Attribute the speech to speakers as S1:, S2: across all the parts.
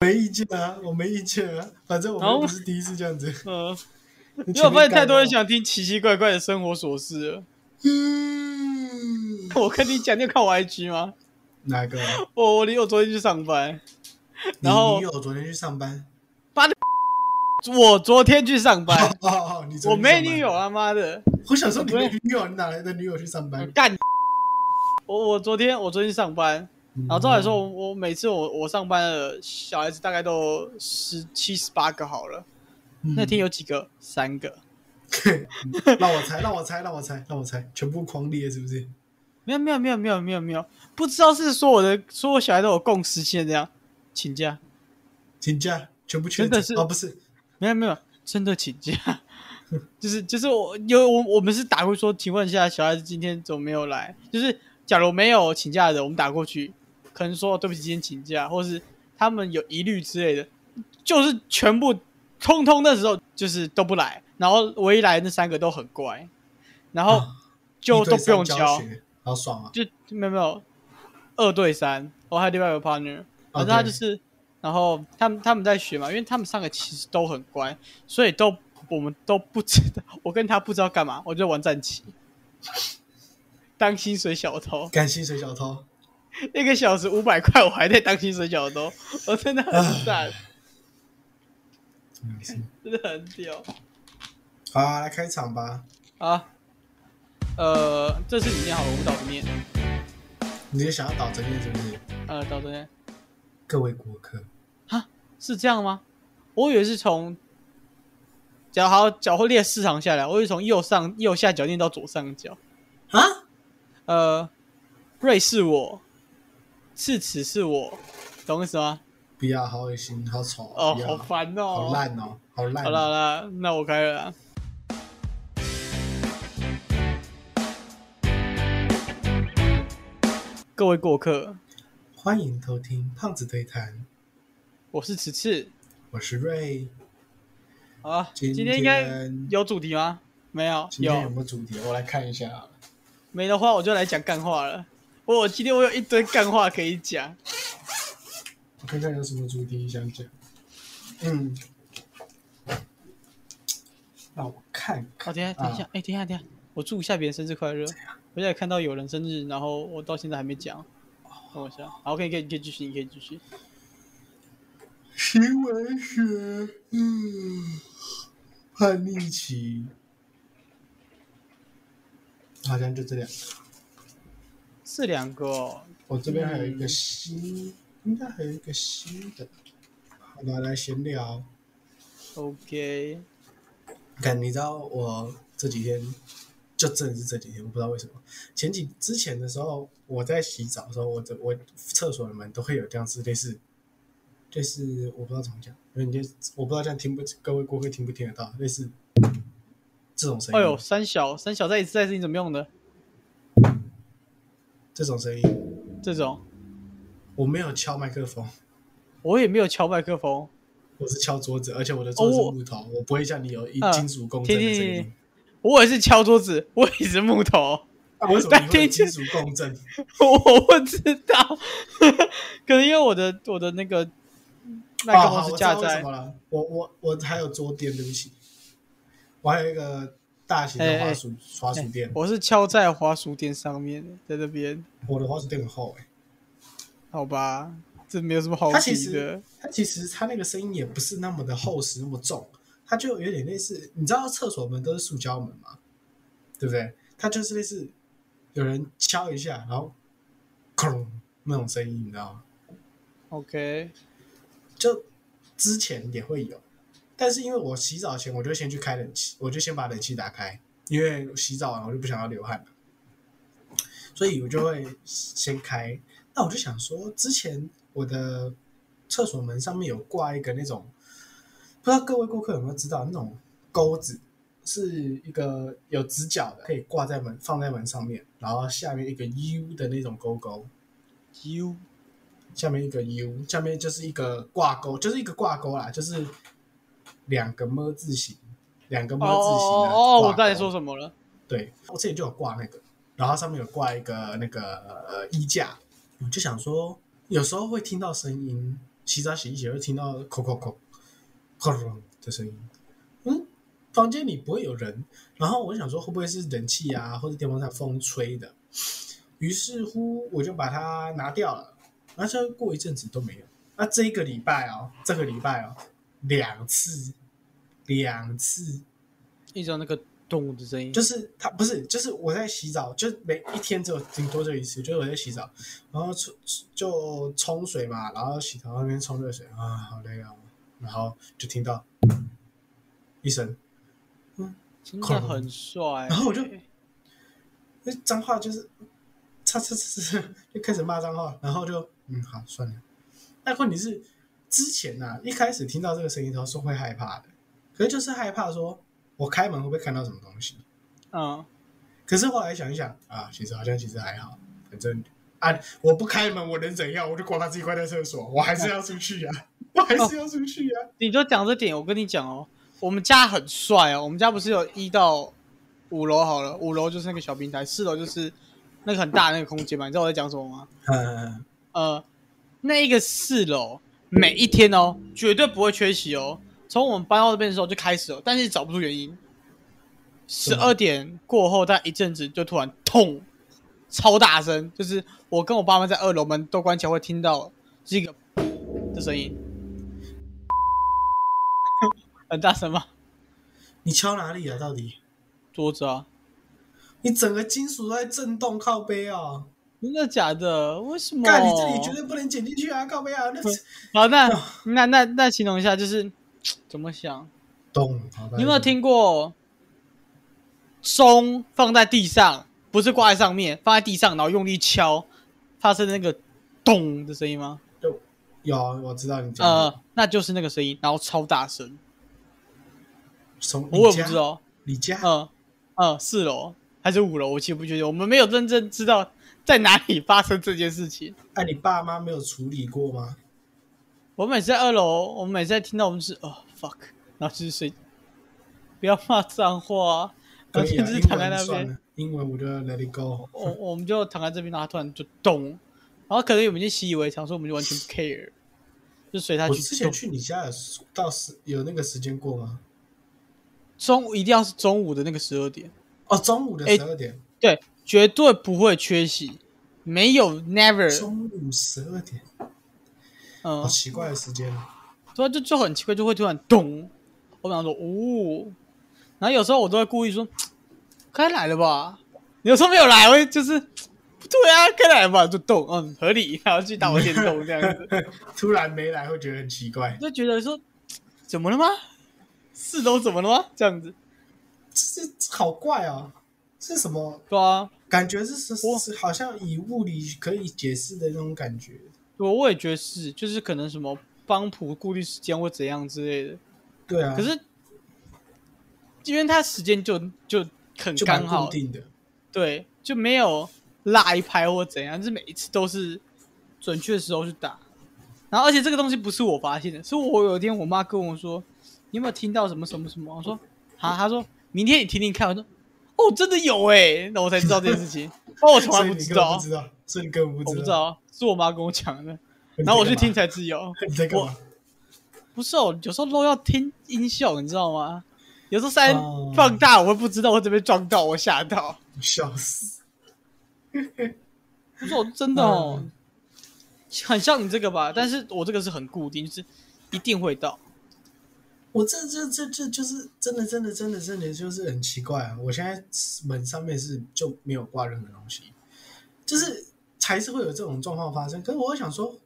S1: 没意见啊，我没意见啊，反正我
S2: 然
S1: 们
S2: 后
S1: 又不是第一次这样子。
S2: 嗯，
S1: 你
S2: 因为我发现太多人
S1: 前面干嘛，
S2: 想听奇奇怪怪的生活琐事了。
S1: 嗯，
S2: 我跟你讲，你有看我 IG 吗？
S1: 哪个？
S2: 我我我昨天去上班，
S1: 你
S2: 然后
S1: 你有昨天去上班？
S2: 我昨天去上班，
S1: 哦哦，你 昨
S2: 我
S1: 天去上班
S2: 没女友。啊妈的，
S1: 我想说你
S2: 我
S1: 没
S2: 昨
S1: 女友，你哪来的女友去上班？
S2: 干！我我昨天我昨天去上班，然后照理说
S1: 嗯，
S2: 我，我每次我我上班的小孩子大概都十七十八个好了，那天
S1: 有，
S2: 有几个？三个。
S1: 让我猜，让我猜，让我猜，让我猜，全部狂列是不是？
S2: 没有没有没有没有没有没有，不知道是说我的说我小孩都有共识性这样请假，
S1: 请假，全部确
S2: 真的
S1: 诊
S2: 是
S1: 哦，不是，
S2: 没有没有真的请假， 就是就是我有我我们是打过去说，请问一下小孩子今天怎么没有来？就是假如没有请假的，我们打过去，可能说对不起今天请假，或是他们有疑虑之类的，就是全部通通那时候就是都不来，然后唯一来的那三个都很乖，然后
S1: 啊
S2: 就 都
S1: 一对
S2: 不用
S1: 三
S2: 教，
S1: 教学，好爽啊！
S2: 就没有没有二对三，我还有另外一个 partner，反正他
S1: 哦对
S2: 就是，然后他们他们在学嘛，因为他们三个其实都很乖，所以都我们都不知道，我跟他不知道干嘛，我就玩战棋，当薪水小偷，
S1: 干薪水小偷，
S2: 一个小时五百块，我还在当薪水小偷，我真的很赞，
S1: 真的是
S2: 真的很屌
S1: 嗯好啊，来开场吧。
S2: 啊！呃，这次你念好了，我不倒念，
S1: 你也想要倒着念是不是？
S2: 呃，倒着念，
S1: 各位国客，
S2: 是这样吗？我以为是从脚好脚会列四行下来，我以为从右上右下角念到左上角。
S1: 啊，
S2: 呃，瑞是我，赤齿是我，懂我意思吗？
S1: 不要，好恶心，好丑，
S2: 哦，
S1: 不要
S2: 好烦哦，
S1: 好烂哦，好烂、
S2: 好了好，了，那我开了啊。各位过客，
S1: 欢迎偷听胖子对谈，
S2: 我是迟赤
S1: 我是瑞。
S2: 好啊。
S1: 今
S2: 今
S1: 天
S2: 天应该有主题吗？没有，
S1: 今天有
S2: 有
S1: 没有主题？我来看一下啊。
S2: 没的话，我就来讲干话了。我今天我有一堆干话可以讲。
S1: 我看看有什么主题想讲。嗯，让我看
S2: 哦，
S1: 看。啊
S2: 等一下，等一下，哎、等一下，等一下，我祝一下别人生日快乐。我现在看到有人生日，然后我到现在还没讲，等我一下。好，可以，可以，可以继续，你可以继续。
S1: 行为学，嗯，叛逆期，好像就这两个。
S2: 是两个、哦，
S1: 我这边还有一个新，应该还有一个新的。好吧，来闲聊。
S2: OK，
S1: 看，你知道我这几天就真的是这几天，我不知道为什么。前几之前的时候，我在洗澡的时候，我的我厕所的门都会有这样子类似，类似我不知道怎么讲，因为你就我不知道这样听不各位顾客听不听得到，类似这种声音，
S2: 哎呦，三小，三小在一直在是你怎么用的？
S1: 这种声音，
S2: 这种
S1: 我没有敲麦克风，
S2: 我也没有敲麦克风。
S1: 我是敲桌子，而且我的桌子
S2: 哦
S1: 是
S2: 我
S1: 木头，我不会像你有一
S2: 嗯
S1: 金属共振的声
S2: 听听
S1: 音
S2: 听。我也是敲桌子，我也是木头，
S1: 啊为什么你会有
S2: 听听
S1: 金属共振？
S2: 我不知道， 可能因为我的我的那个麦
S1: 哦
S2: 克
S1: 好我
S2: 风是
S1: 知道
S2: 架
S1: 为
S2: 在
S1: 什么了？我我我还有桌垫，对不起，我还有一个大型
S2: 哎
S1: 的滑鼠滑鼠垫，
S2: 我是敲在滑鼠垫上面的，在这边，
S1: 我的滑鼠垫很厚哎、
S2: 好吧，这没有什么好
S1: 它其
S2: 比
S1: 实
S2: 的。
S1: 它其实它那个声音也不是那么的厚实，那么重，它就有点类似，你知道厕所门都是塑胶门嘛，对不对？它就是类似有人敲一下，然后哐那种声音，你知道吗？
S2: OK，
S1: 就之前也会有，但是因为我洗澡前我就先去开冷气，我就先把冷气打开，因为洗澡完我就不想要流汗了，所以我就会先开。那我就想说，之前我的厕所门上面有挂一个那种，不知道各位顾客有没有知道那种钩子，是一个有直角的，可以挂在门放在门上面，然后下面一个 U 的那种勾勾。
S2: U
S1: 下面一个 U，下面就是一个挂钩，就是一个挂钩啦，就是两个么字形，两个
S2: 哦
S1: 么字形
S2: 哦
S1: 的
S2: 哦，
S1: 挂
S2: 我
S1: 钩
S2: 刚才说什么了？
S1: 对，我之前就有挂那个，然后上面有挂一个那个呃衣架，我就想说，有时候会听到声音，洗澡洗一洗会听到“扣扣扣”“扣扣”的声音。嗯，房间里不会有人。然后我想说，会不会是冷气啊，或者电风扇风吹的？于是乎，我就把它拿掉了。然后就过一阵子都没有。那这一个礼拜哦，这个礼拜哦，两次，两次，
S2: 一直有那个动物的声音，
S1: 就是它不是，就是我在洗澡，就每一天只有顶多就一次，就是我在洗澡，然后冲就冲水嘛，然后洗澡那边冲热水啊，好累啊，然后就听到一声，
S2: 真的很帅。
S1: 然后我就那脏话就是，擦擦擦擦，就开始骂脏话，然后就嗯好算了。但问题是，之前呐、一开始听到这个声音的时候是会害怕的，可是就是害怕说我开门会不会看到什么东西。
S2: 嗯，
S1: 可是后来想一想啊，其实好像其实还好，反正啊，我不开门我能怎样？我就光把自己关在厕所，我还是要出去 啊，我还是要出去啊。
S2: 你就讲这点，我跟你讲哦，我们家很帅哦，我们家不是有一到五楼好了，五楼就是那个小平台，四楼就是那个很大的那个空间嘛，你知道我在讲什么吗？
S1: 嗯，
S2: 呃，那一个四楼每一天哦，绝对不会缺席哦。从我们搬到这边的时候就开始了，哦但是找不出原因。十
S1: 么
S2: 二点过后，但一阵子就突然痛，超大声，就是我跟我爸妈在二楼门都关起来会听到是一个的声音， 很大声吗？
S1: 你敲哪里啊？到底
S2: 桌子啊，
S1: 你整个金属都在震动，靠背啊！
S2: 真的假的？为什么？
S1: 干，你这里绝对不能剪进去啊，靠背啊！那
S2: 好， 那那那那形容一下，就是怎么想？
S1: 咚，
S2: 你有没有？听过钟放在地上，不是挂在上面，放在地上，然后用力敲，发生那个咚的声音吗？
S1: 有，我知道你讲的。
S2: 呃，那就是那个声音，然后超大声。
S1: 从
S2: 我
S1: 你
S2: 也不
S1: 家
S2: 知，道，
S1: 你家
S2: 嗯嗯，四楼还是五楼，我其实不确定，我们没有真正知道在哪里发生这件事情。
S1: 哎，你爸妈没有处理过吗？
S2: 我每次在二楼，我们每次在听到我们是哦 fuck，然后就是睡，不要骂脏话、啊，
S1: 可
S2: 然后
S1: 以
S2: 就
S1: 啊，
S2: 是
S1: 英
S2: 躺在
S1: 文
S2: 那边
S1: 算。了，英文我就 let it go。
S2: 我我们就躺在这边，然后他突然就咚，然后可能我们就习以为常，所以我们就完全不 care，就随他
S1: 我
S2: 去
S1: 之前
S2: 咚。
S1: 去你家有到时有那个时间过吗？
S2: 中午一定要是中午的那个十二点，
S1: 哦，中午的
S2: 哎
S1: 十二点，
S2: 对，绝对不会缺席，没有 never，
S1: 中午十二点，
S2: 嗯
S1: 好，奇怪的时间。
S2: 对啊，就就很奇怪，就会突然咚，我想说哦，然后有时候我都会故意说，该来了吧，有时候没有来，我会就是不对啊，该来了吧，就咚，嗯，合理，然后去打我电动这样子。
S1: 突然没来会觉得很奇怪，
S2: 就觉得说，怎么了吗？四楼怎么了吗？这样子，
S1: 这这好怪哦，这是什么
S2: 对啊，
S1: 感觉是？是
S2: 我
S1: 是好像以物理可以解释的那种感觉。
S2: 我我也觉得是，就是可能什么帮浦固定时间或怎样之类的。
S1: 对啊，
S2: 可是，因为他时间就就很
S1: 就蛮
S2: 刚好
S1: 固，定的。
S2: 对，就没有拉一拍或怎样，就是每一次都是准确的时候去打。然后，而且这个东西不是我发现的，是我有一天我妈跟我说：“你有没有听到什么什么什么？”我说：“啊。”她说：“明天你听听看。”我说：“哦，真的有哎、那我才知道这件 事情，哦，我从
S1: 所
S2: 来
S1: 以
S2: 不
S1: 你
S2: 知
S1: 根本
S2: 道
S1: 不，知道，所以你根本不
S2: 我不
S1: 知
S2: 知
S1: 道。
S2: 道，是我妈跟我讲的。
S1: 你在
S2: 然后我去
S1: 干嘛
S2: 听，才知有，
S1: 你在干嘛？
S2: 不是哦，有时候漏要听音效，你知道吗？有时候塞
S1: 哦
S2: 放大，我会不知道，我这边撞到，我吓到。
S1: 笑死！
S2: 不是我
S1: 嗯
S2: 真的哦，很像你这个吧？但是我这个是很固定，就是一定会到。
S1: 我这这这这就是真的真的真的真的就是很奇怪啊！我现在门上面是就没有挂任何东西，就是还是会有这种状况发生。可是我想说，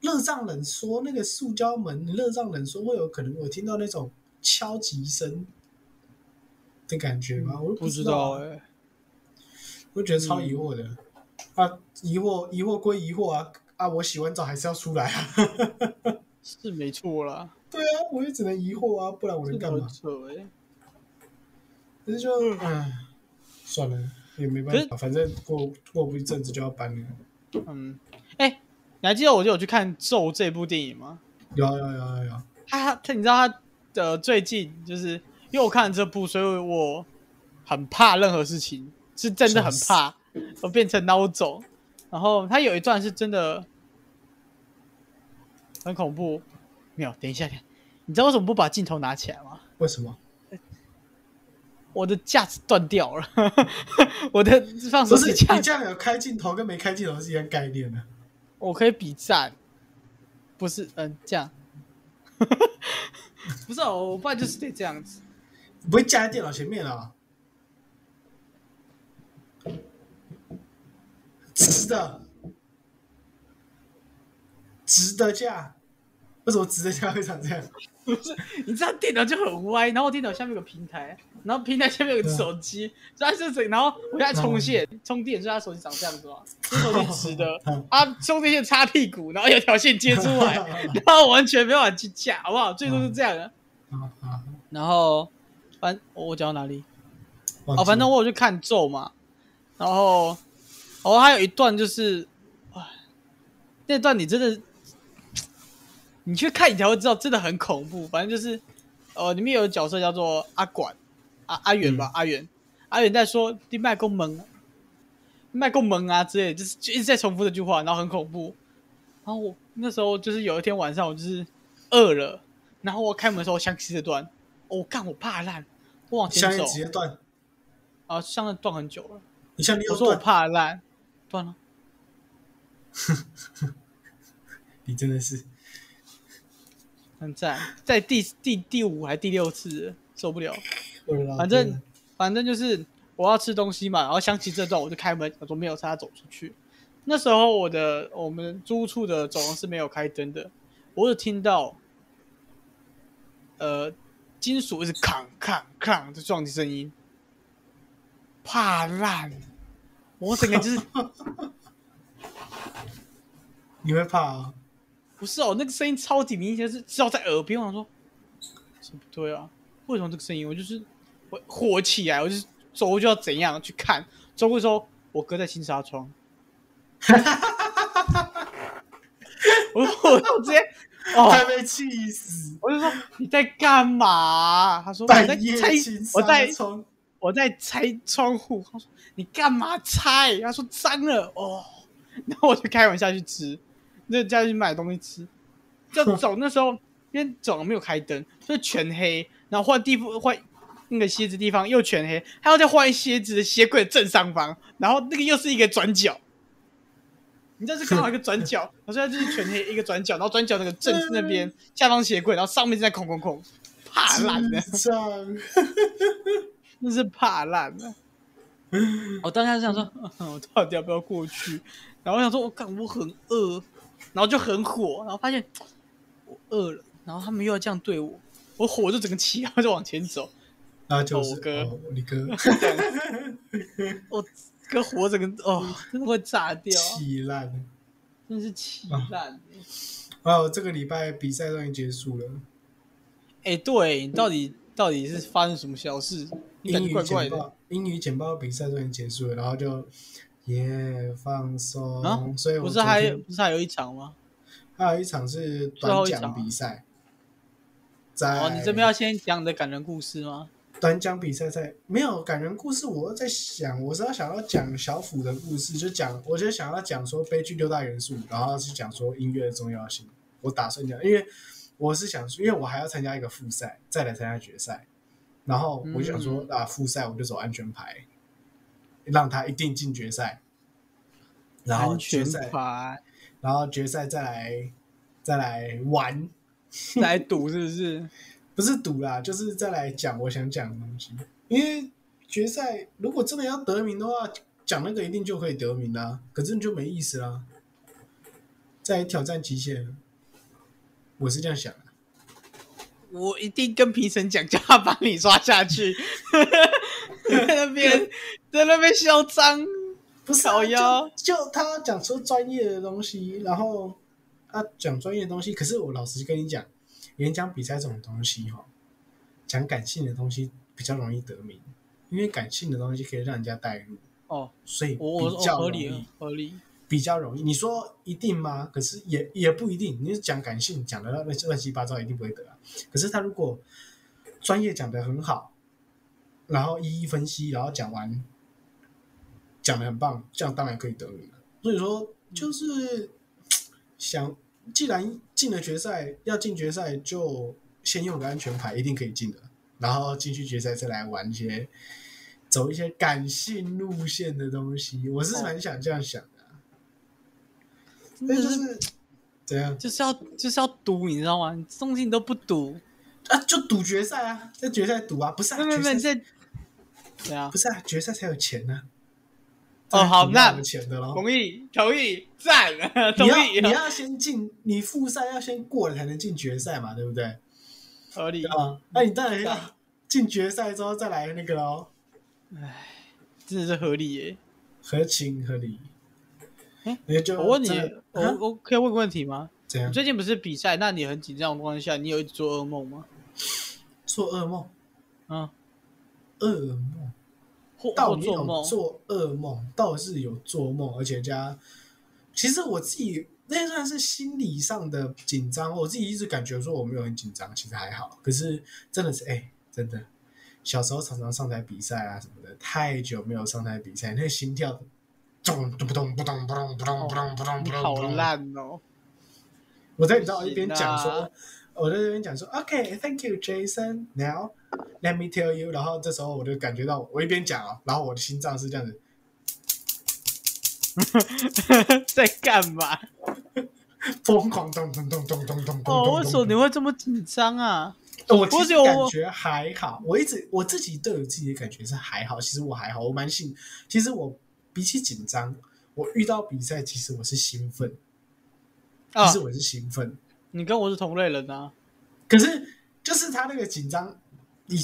S1: 热胀冷缩那个塑胶门，热胀冷缩会有可能我听到那种敲击声的感觉吗？我都
S2: 不
S1: 知
S2: 知道嗯
S1: 啊
S2: 哎、
S1: 我觉得超疑惑的、啊！疑惑疑惑归疑惑啊啊！我洗完澡还是要出来啊！
S2: 是没错啦，
S1: 对啊，我也只能疑惑啊，不然我
S2: 这
S1: 能
S2: 个
S1: 干嘛
S2: 很？扯哎、
S1: 可是就唉，算了，也没办
S2: 嗯可
S1: 法，反正过过不一阵子就要搬了。
S2: 嗯，哎、你还记得我就有去看《咒》这部电影吗？
S1: 有啊有啊有啊有啊，
S2: 他他，你知道他的最近就是因为我看了这部，所以我很怕任何事情，是真的很怕，我变成孬种。然后他有一段是真的很恐怖。没有，等一下，等一下你知道为什么不把镜头拿起来吗？
S1: 为什么？
S2: 我的架子断掉了， 我的放手
S1: 不是
S2: 机
S1: 你
S2: 架，
S1: 这样有开镜头跟没开镜头是一样概念的。
S2: 我可以比赞，不是，嗯，这样， 不是、啊，我爸就是得这样子。
S1: 你不会架在电脑前面啊？直的，直的架，为什么直的架会长这样？
S2: 你知道电脑就很歪，然后我电脑下面有个平台，然后平台下面有个
S1: 嗯
S2: 手机，所以它就整，然后我现在充线、充电，所以他手机长这样子嘛，这手机直的
S1: 嗯
S2: 啊，充电线插屁股，然后有条线接出来， 然后完全没办法去架，好不好？最多是这样的。
S1: 啊啊！
S2: 然后反我我讲到哪里？
S1: 忘记
S2: 哦，反正
S1: 了
S2: 我有去看咒嘛，然后哦，还有一段就是，唉那段你真的，你去看你才会知道，真的很恐怖。反正就是，呃，里面有个角色叫做阿管，阿阿远吧，
S1: 嗯
S2: 阿远，阿远在说你卖够萌，你卖够萌啊之类的，就是就一直在重复这句话，然后很恐怖。然后我那时候就是有一天晚上，我就是饿了，然后我开门的时候我想起这段，我、哦、干我怕烂，我往前
S1: 香烟
S2: 走
S1: 直。接断，
S2: 啊，上面断很久了。
S1: 你像你
S2: 我
S1: 有
S2: 说我
S1: 断，
S2: 怕烂，断了。
S1: 你真的是
S2: 很赞，在第第第五还第六次了受不了。
S1: 我的老
S2: 反
S1: 天
S2: 正
S1: 啊
S2: 反正就是我要吃东西嘛，然后想起这段我就开门，我说没有差走出去。那时候我的我们租屋处的走廊是没有开灯的，我有听到呃金属一直扛扛扛的撞击声音，怕烂，我整个就是
S1: 你会怕啊？
S2: 不是哦，那个声音超级明显，是至少在耳边。我想说，这不对啊，为什么这个声音？我就是我火起来，我就是走就要怎样去看。走过之后，我哥在清纱窗， 我我就直接哦，
S1: 快被气死！
S2: 我就说你在干嘛、他说我在
S1: 半夜
S2: 拆
S1: 清，
S2: 我在
S1: 纱窗
S2: 我在拆窗户。他说你干嘛拆？他说脏了哦。 然后我就开门下去吃，那下去买东西吃。就走那时候，因为走廊没有开灯，所以全黑。然后换地方换那个鞋子地方又全黑，还要再换鞋子的鞋柜的正上方，然后那个又是一个转角。你知道是刚好一个转角，我现在就是全黑一个转角，然后转角那个正那边下方鞋柜，然后上面是在空空空，怕烂的。
S1: 智 障，
S2: 那是怕烂了。我当下就想说，嗯 我到底要不要过去？然后我想说，我感我很饿，然后就很火，然后发现我饿了，然后他们又要这样对我，我火就整个起，然后就往前走。
S1: 然后就是
S2: 我哥
S1: 哦你哥
S2: 我跟火整个哦，真的会炸掉，
S1: 气烂了。
S2: 真是气烂欸。
S1: 哦，这个礼拜比赛终于结束了，
S2: 哎、对你到底到底是发生什么小事？你感
S1: 英
S2: 觉
S1: 语
S2: 怪怪
S1: 简
S2: 的。
S1: 报英语简报比赛终于结束了，然后就耶放松。
S2: 啊
S1: 所以我
S2: 不是
S1: 昨
S2: 还
S1: 天
S2: 不是还有一场吗？
S1: 还有一场是
S2: 最后
S1: 短
S2: 一场
S1: 讲
S2: 啊
S1: 比赛，在
S2: 哦，你
S1: 哎
S2: 这边要先讲你的感人故事吗？
S1: 短讲比赛在没有感人故事，我在想，我是要想要讲小虎的故事，就讲，我就想要讲说悲剧六大元素，然后去讲说音乐的重要性。我打算讲，因为我是想说，因为我还要参加一个复赛，再来参加决赛，然后我就想
S2: 嗯
S1: 说、啊，复赛我就走安全牌，让他一定进决赛，然后
S2: 安
S1: 决
S2: 全
S1: 赛，
S2: 牌
S1: 然后决赛再来再来玩，
S2: 来赌是不是？
S1: 不是赌啦，就是再来讲我想讲的东西。因为决赛如果真的要得名的话，讲那个一定就可以得名啦，可是你就没意思啦。在挑战极限，我是这样想的。
S2: 我一定跟评审讲，叫他把你抓 下去，在那边在那边嚣张，
S1: 不是啊、
S2: 烤鸭
S1: 就就他讲说专业的东西，然后他讲专业的东西，可是我老实跟你讲，演讲比赛这种东西哈、讲感性的东西比较容易得名，因为感性的东西可以让人家带入，
S2: 哦，
S1: 所以
S2: 我我
S1: 比
S2: 我
S1: 较
S2: 合
S1: 容
S2: 理
S1: 易。
S2: 了合理，
S1: 比较容易。你说一定吗？可是也也不一定。你是讲感性讲的乱乱七八糟，一定不会得啊。可是他如果专业讲的很好，然后一一分析，然后讲完，讲的很棒，这样当然可以得名了。所以说，就是想既然进了决赛，要进决赛就先用个安全牌，一定可以进的。然后进去决赛再来玩一些走一些感性路线的东西，我是蛮想这样想的啊。
S2: 真
S1: 但
S2: 的
S1: 就是是怎样
S2: 就是要就是要赌，你知道吗？这东西你都不赌，
S1: 啊？就赌决赛啊，在决赛赌啊，不是啊？
S2: 没没
S1: 决
S2: 没，
S1: 赛
S2: 你在对啊
S1: 不，是啊，决赛才有钱呢、
S2: 哦
S1: 这还
S2: 好
S1: 挺
S2: 那
S1: 要有钱的咯。
S2: 同意同意，赞，同
S1: 你要
S2: 意，
S1: 你要先进，你复赛要先过了才能进决赛嘛，对不对？
S2: 合理
S1: 对，吧？那你当然
S2: 对啊
S1: 要进决赛之后再来那个咯，
S2: 真的是合理耶。
S1: 合情合理。
S2: 哎
S1: 你就
S2: 我问你
S1: 真的，
S2: 我
S1: 啊
S2: 我可以问个问题吗？
S1: 怎样
S2: 你最近不是比赛，那你很紧张的状况下，你有一直做噩梦吗？
S1: 做噩梦？
S2: 啊，
S1: 噩梦？
S2: 或
S1: 到
S2: 或
S1: 底
S2: 做
S1: 有
S2: 梦？
S1: 做噩梦？倒是有做梦，而且加，其实我自己那算是心理上的紧张。我自己一直感觉说我没有很紧张，其实还好。可是真的是哎、真的，小时候常常上台比赛啊什么的，太久没有上台比赛，那个心跳咚咚咚咚咚咚咚咚咚咚
S2: 哦你
S1: 咚
S2: 好
S1: 咚。
S2: 烂哦！
S1: 我在你知道一边讲
S2: 不行
S1: 说
S2: 啊，
S1: 我在这边讲说，OK，Thank、you Jason。Now let me tell you，然后这时候我就感觉到我一边讲啊，然后我的心脏是这样子，
S2: 在干嘛？
S1: 疯狂咚咚咚咚咚咚咚
S2: 哦，为
S1: 咚
S2: 什么
S1: 咚
S2: 你会这么紧张啊？
S1: 我其
S2: 我
S1: 实
S2: 有
S1: 感觉还好，我一直我自己对我自己的感觉是还好，其实我还好，我蛮兴。其实我比起紧张，我遇到比赛其实我是兴奋，
S2: 啊
S1: 其，实我是兴奋，
S2: 你跟我是同类人啊。
S1: 可是就是他那个紧张，你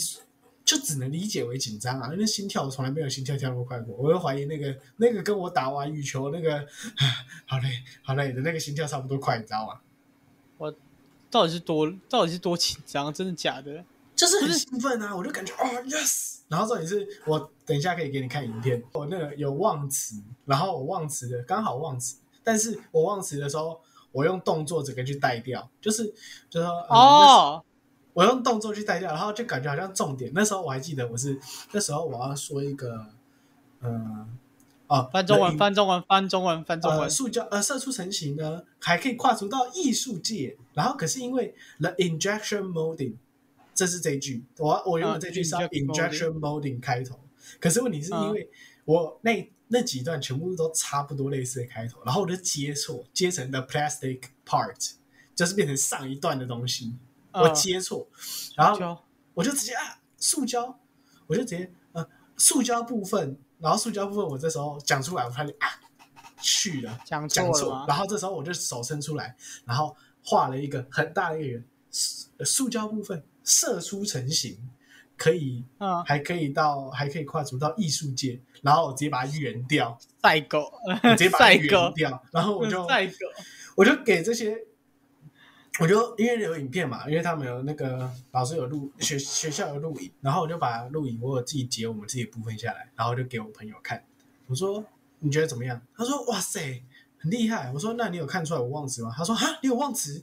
S1: 就只能理解为紧张啊，因为心跳我从来没有心跳跳那么快过，我又怀疑那个那个跟我打完羽球那个， 啊好累好累的那个心跳差不多快，你知道吗？
S2: 到底是多到底是多紧张？啊真的假的？
S1: 就是很兴奋啊，我就感觉哦 yes，然后重点是我等一下可以给你看影片，我那个有忘词，然后我忘词的刚好忘词，但是我忘词的时候，我用动作整个去带掉，就是就说呃
S2: 哦，
S1: 我用动作去带掉，然后就感觉好像重点。那时候我还记得，我是那时候我要说一个，呃，哦，
S2: 翻中文，
S1: 那
S2: 翻中文，翻中文，翻中
S1: 呃，
S2: 文。
S1: 塑胶呃，射出成型呢，还可以跨足到艺术界。然后可是因为 the injection molding，这是这一句，我我原本这句是要
S2: 啊 injection 啊
S1: injection molding 开头，可是问题是因为我那那几段全部都差不多类似的开头，然后我就接错，接成 the plastic part，就是变成上一段的东西，呃我
S2: 嗯
S1: 接错，然后
S2: 就
S1: 我就直接啊，塑胶，我就直接呃，塑胶部分，然后塑胶部分我这时候讲出来，我发现啊，去了，
S2: 讲错
S1: 讲
S2: 了
S1: 错
S2: 吗，
S1: 然后这时候我就手伸出来，然后画了一个很大的一个圆，塑呃塑胶部分射出成型，可以
S2: 嗯，
S1: 还可以到还可以跨足到艺术界，然后我直接把它圆 掉，
S2: 赛狗
S1: 我直接，把它
S2: 赛
S1: 圆
S2: 狗，
S1: 掉，然后我就
S2: 赛狗。
S1: 我就给这些，我就因为有影片嘛，因为他们有那个老师有录学学校有录影，然后我就把录影我有自己截我们自己的部分下来，然后就给我朋友看，我说你觉得怎么样？他说哇塞，很厉害。我说那你有看出来我忘词吗？他说哈，你有忘词，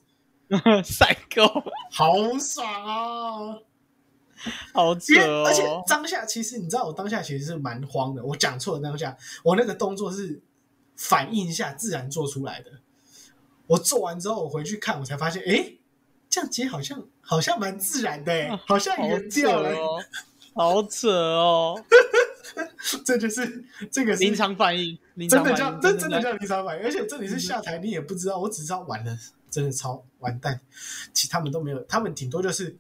S2: 嗯赛狗，
S1: 好爽哦！
S2: 好
S1: 因
S2: 扯
S1: 为
S2: 哦！
S1: 而且当下其实你知道，我当下其实是蛮慌的。我讲错的当下，我那个动作是反应一下自然做出来的。我做完之后，我回去看，我才发现，诶，这样接好像好像蛮自然的、诶，好像
S2: 啊好
S1: 圆
S2: 扯
S1: 掉了、
S2: 哦，好扯哦！
S1: 这就是这个是
S2: 临场反应，临
S1: 真
S2: 场
S1: 的
S2: 反
S1: 叫
S2: 应，
S1: 这真的叫临场反应，而且这里是下台，你也不知道，我只知道完了，真的超完蛋。其实他们都没有，他们顶多就是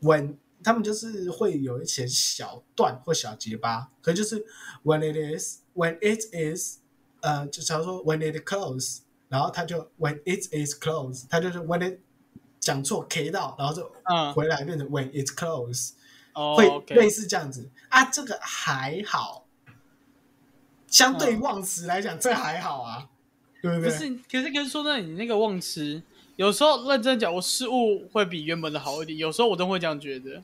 S1: 稳，他们就是会有一些小段或小结巴，可能就是 when it is when it is，呃，就假如说 when it close，然后他就 when it is close，他就是 when it 讲错 k 到，然后就
S2: 嗯，
S1: 回来变成 when it close。
S2: 哦
S1: 会类
S2: ，OK，
S1: 似这样子啊，这个还好，相对忘词来讲，这还好啊，对不
S2: 不
S1: 对？
S2: 是，嗯可是跟说真的，你那个忘词，有时候认真讲，我失误会比原本的好一点。有时候我都会这样觉得，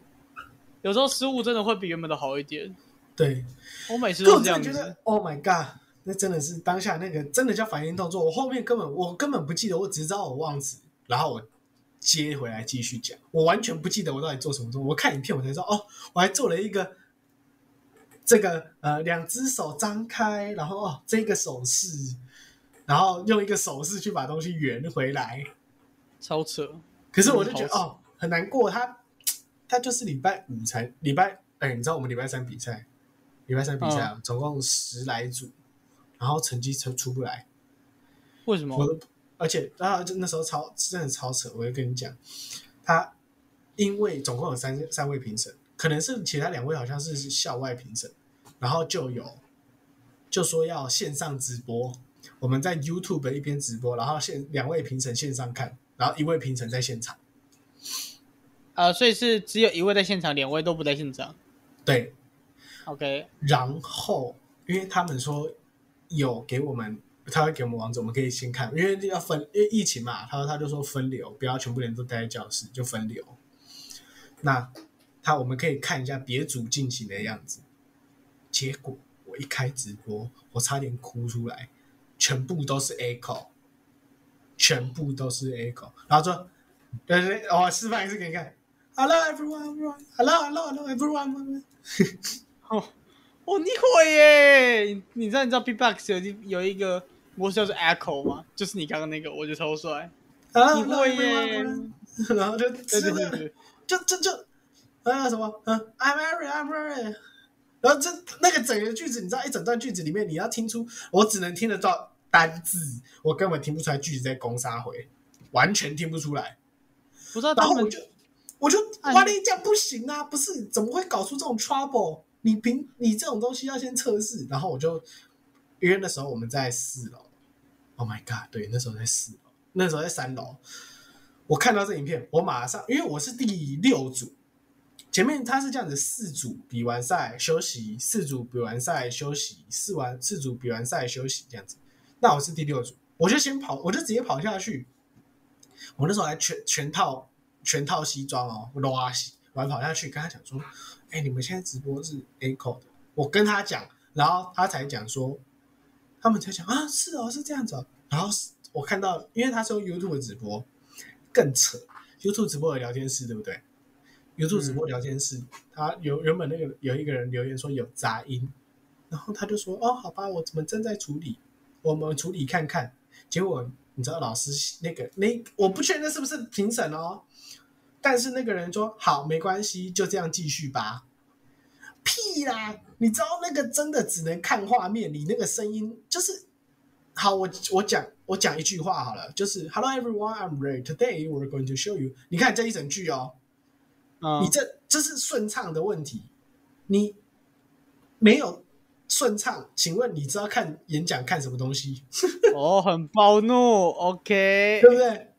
S2: 有时候失误真的会比原本的好一点。
S1: 对，
S2: 我每次
S1: 可
S2: 都
S1: 我
S2: 是这
S1: 真
S2: 样
S1: 的觉得
S2: 子。
S1: ，Oh my God，那真的是当下那个真的叫反应动作，我后面根本我根本不记得，我只知道我忘词，然后我接回来继续讲，我完全不记得我到底做什么动作，我看影片我才知道，哦，我还做了一个。这个呃，两只手张开，然后哦，这个手势，然后用一个手势去把东西圆回来。
S2: 超扯。
S1: 可是我就觉得
S2: 嗯好
S1: 哦，很难过。他他就是礼拜五才礼拜，哎、你知道我们礼拜三比赛，礼拜三比赛啊，
S2: 嗯
S1: 总共十来组，然后成绩出出不来，
S2: 为什
S1: 我
S2: 么？
S1: 都而且啊，就那时候超真的很超扯。我就跟你讲，他因为总共有三三位评审，可能是其他两位好像是校外评审，然后就有就说要线上直播，我们在 YouTube 一边直播，然后线两位评审线上看，然后一位评审在现场。
S2: 啊，所以是只有一位在现场，两位都不在现场。
S1: 对，
S2: OK，
S1: 然后因为他们说有给我们，他会给我们网址，我们可以先看，因为要分，因为疫情嘛，他说他就说分流，不要全部人都待在教室，就分流。那他我们可以看一下别组进行的样子。结果我一开直播，我差点哭出来，全部都是 echo，全部都是 echo，然后说，对对，对我示范一次给你看。Hello everyone, everyone. Hello, hello, hello everyone.
S2: 哦，哦，你会耶！你你知道你知道 B-box 有一有一个模式叫做 Echo 吗？就是你刚刚那个，我觉得超帅。
S1: 啊，
S2: 你会耶！
S1: 然后就
S2: 对对
S1: 真
S2: 对
S1: 的
S2: 对，
S1: 就就就啊什么嗯、i m Aaron I'm Aaron，然后这那个整个句子，你知道一整段句子里面，你要听出，我只能听得到单字，我根本听不出来句子在攻杀回，完全听不出来。
S2: 不知道
S1: 然
S2: 他
S1: 后我
S2: 们
S1: 就我就
S2: 按
S1: 哇，你这样不行啊！不是，怎么会搞出这种 trouble？你凭你这种东西要先测试。然后我就，因为那时候我们在四楼，Oh my god，对，那时候在四楼，那时候在三楼。我看到这影片，我马上，因为我是第六组，前面他是这样子，四组比完赛休息，四组比完赛休息，四完四组比完赛休息这样子。那我是第六组，我就先跑，我就直接跑下去。我那时候还全全套全套西装哦，裸啊西，我还跑下去跟他讲说，哎、你们现在直播是 Echo 的，我跟他讲，然后他才讲说，他们才讲啊，是哦，是这样子、哦。然后是我看到，因为他是用 YouTube 直播，更扯，YouTube 直播有聊天室，对不对？YouTube 直播聊天室，他有原本那个有一个人留言说有杂音，然后他就说哦，好吧，我们正在处理，我们处理看看。结果你知道老师那个那我不确定那是不是评审哦，但是那个人说好没关系，就这样继续吧。屁啦！你知道那个真的只能看画面，你那个声音就是好。我我讲我讲一句话好了，就是 Hello everyone, I'm Ray. Today we're going to show you。你看这一整句哦，你
S2: 嗯，
S1: 这这是顺畅的问题，你没有顺畅，请问你知道看演讲看什么东西？
S2: 哦，很暴怒。OK，
S1: 对不对？